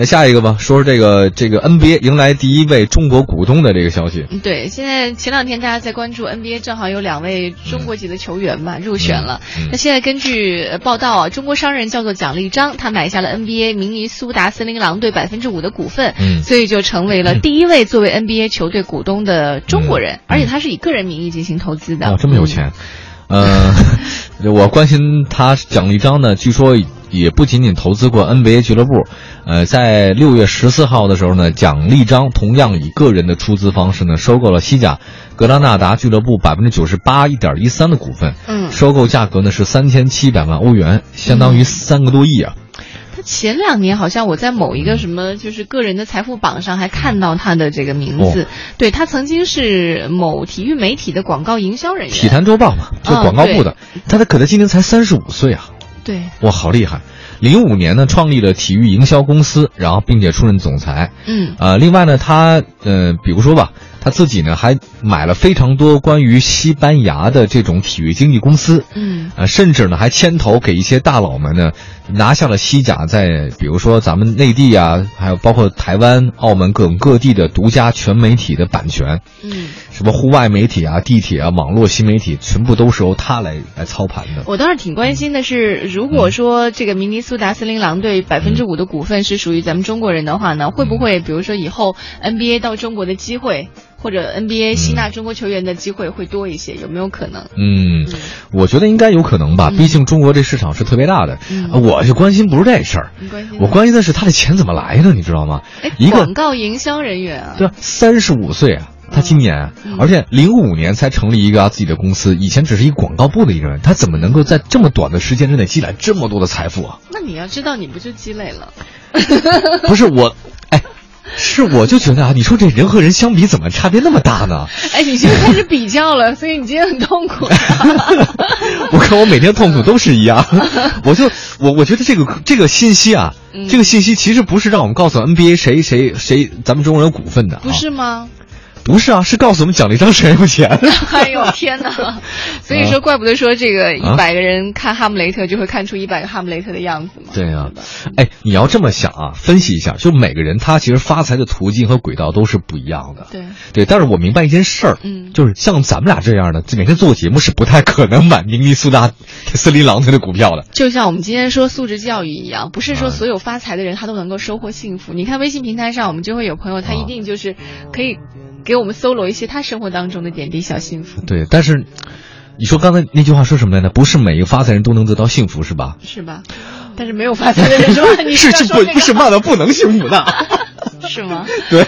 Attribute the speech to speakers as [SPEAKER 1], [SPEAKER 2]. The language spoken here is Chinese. [SPEAKER 1] 那下一个吧，说说这个这个 NBA 迎来第一位中国股东的这个消息。
[SPEAKER 2] 嗯对，现在前两天大家在关注 NBA，正好有两位中国籍的球员嘛、入选了。
[SPEAKER 1] 嗯
[SPEAKER 2] 那现在根据呃报道啊，中国商人叫做蒋立章，他买下了 NBA 明尼苏达森林狼队百分之五的股份，
[SPEAKER 1] 嗯嗯
[SPEAKER 2] 所以就成为了第一位作为 NBA 球队股东的中国人，而且他是以个人名义进行投资的。
[SPEAKER 1] 哦，这么有
[SPEAKER 2] 嗯
[SPEAKER 1] 钱，呃， 我关心他蒋立章呢，据说也不仅仅投资过 NBA 俱乐部，呃，在六月十四号的时候呢，蒋立章同样以个人的出资方式呢，收购了西甲格拉纳达俱乐部百分之九十八一点一三的股份，
[SPEAKER 2] 嗯
[SPEAKER 1] 收购价格呢是三千七百万欧元，相当于三个多亿啊。
[SPEAKER 2] 他前两年好像我在某一个什么就是个人的财富榜上还看到他的这个名
[SPEAKER 1] 哦
[SPEAKER 2] 字，对他曾经是某体育媒体的广告营销人员，
[SPEAKER 1] 体坛周报嘛，就
[SPEAKER 2] 哦
[SPEAKER 1] 广告部
[SPEAKER 2] 对
[SPEAKER 1] 的，他的可他今年才三十五岁啊。
[SPEAKER 2] 对，
[SPEAKER 1] 哇，好厉害！零五年呢，创立了体育营销公司，然后并且出任总裁。
[SPEAKER 2] 嗯
[SPEAKER 1] 呃，另外呢，他呃，比如说吧，他自己呢还买了非常多关于西班牙的这种体育经纪公司，
[SPEAKER 2] 嗯
[SPEAKER 1] 呃，甚至呢还牵头给一些大佬们呢拿下了西甲在比如说咱们内地啊，还有包括台湾、澳门各种各地的独家全媒体的版权，
[SPEAKER 2] 嗯。
[SPEAKER 1] 什么户外媒体啊、地铁啊、网络新媒体，全部都是由他来来操盘的。
[SPEAKER 2] 我倒是挺关心的是，如果说这个明尼苏达森林狼队百分之五的股份是属于咱们中国人的话呢，会不会比如说以后 NBA 到中国的机会，或者 NBA 吸纳中国球员的机会会多一些？有没有可能？
[SPEAKER 1] 嗯
[SPEAKER 2] 嗯，
[SPEAKER 1] 我觉得应该有可能吧，
[SPEAKER 2] 嗯
[SPEAKER 1] 毕竟中国这市场是特别大的。
[SPEAKER 2] 嗯
[SPEAKER 1] 呃我就关心不是这事儿，
[SPEAKER 2] 你关心
[SPEAKER 1] 我
[SPEAKER 2] 吗？
[SPEAKER 1] 关心的是他的钱怎么来的，你知道吗？
[SPEAKER 2] 哎
[SPEAKER 1] 一，个
[SPEAKER 2] 广告营销人员啊，
[SPEAKER 1] 对啊，三十五岁啊，他今年啊，
[SPEAKER 2] 嗯
[SPEAKER 1] 而且零五年才成立一个、啊、自己的公司，以前只是一个广告部的一个人，他怎么能够在这么短的时间之内积累这么多的财富啊？
[SPEAKER 2] 那你要知道，你不就积累了？
[SPEAKER 1] 不是我，哎，是我就觉得啊，你说这人和人相比，怎么差别那么大呢？
[SPEAKER 2] 哎，你现在开始比较了，所以你今天很痛 苦。啊
[SPEAKER 1] 我看我每天痛苦都是一 样，我就我我觉得这个这个信息啊，
[SPEAKER 2] 嗯
[SPEAKER 1] 这个信息其实不是让我们告诉 NBA 谁谁谁咱们中国人有股份的、啊，
[SPEAKER 2] 不是吗？
[SPEAKER 1] 不是啊，是告诉我们奖励章谁有 钱。
[SPEAKER 2] 哎呦天 哪！所以说，怪不得说这个
[SPEAKER 1] 啊
[SPEAKER 2] 一百个人看《哈姆雷特》就会看出一百个哈姆雷特的样子嘛。
[SPEAKER 1] 对呀、
[SPEAKER 2] 吧
[SPEAKER 1] 哎，你要这么想啊，分析一下，就每个人他其实发财的途径和轨道都是不一样的。
[SPEAKER 2] 对，
[SPEAKER 1] 对，但是我明白一件事儿，
[SPEAKER 2] 嗯
[SPEAKER 1] 就是像咱们俩这样的，每天做节目是不太可能买明尼苏达森林狼队的股票的。
[SPEAKER 2] 就像我们今天说素质教育一样，不是说
[SPEAKER 1] 啊
[SPEAKER 2] 所有发财的人他都能够收获幸福。你看微信平台上，我们就会有朋友，他
[SPEAKER 1] 啊
[SPEAKER 2] 一定就是可以给我们搜罗一些他生活当中的点滴小幸福，
[SPEAKER 1] 对，但是你说刚才那句话说什么来着？不是每个发财人都能得到幸福，是吧？
[SPEAKER 2] 是吧？但是没有发财的人说，你
[SPEAKER 1] 是
[SPEAKER 2] 要
[SPEAKER 1] 幸
[SPEAKER 2] 说
[SPEAKER 1] 福
[SPEAKER 2] 这，个
[SPEAKER 1] 不是骂的不能幸福的。
[SPEAKER 2] 是吗？
[SPEAKER 1] 对。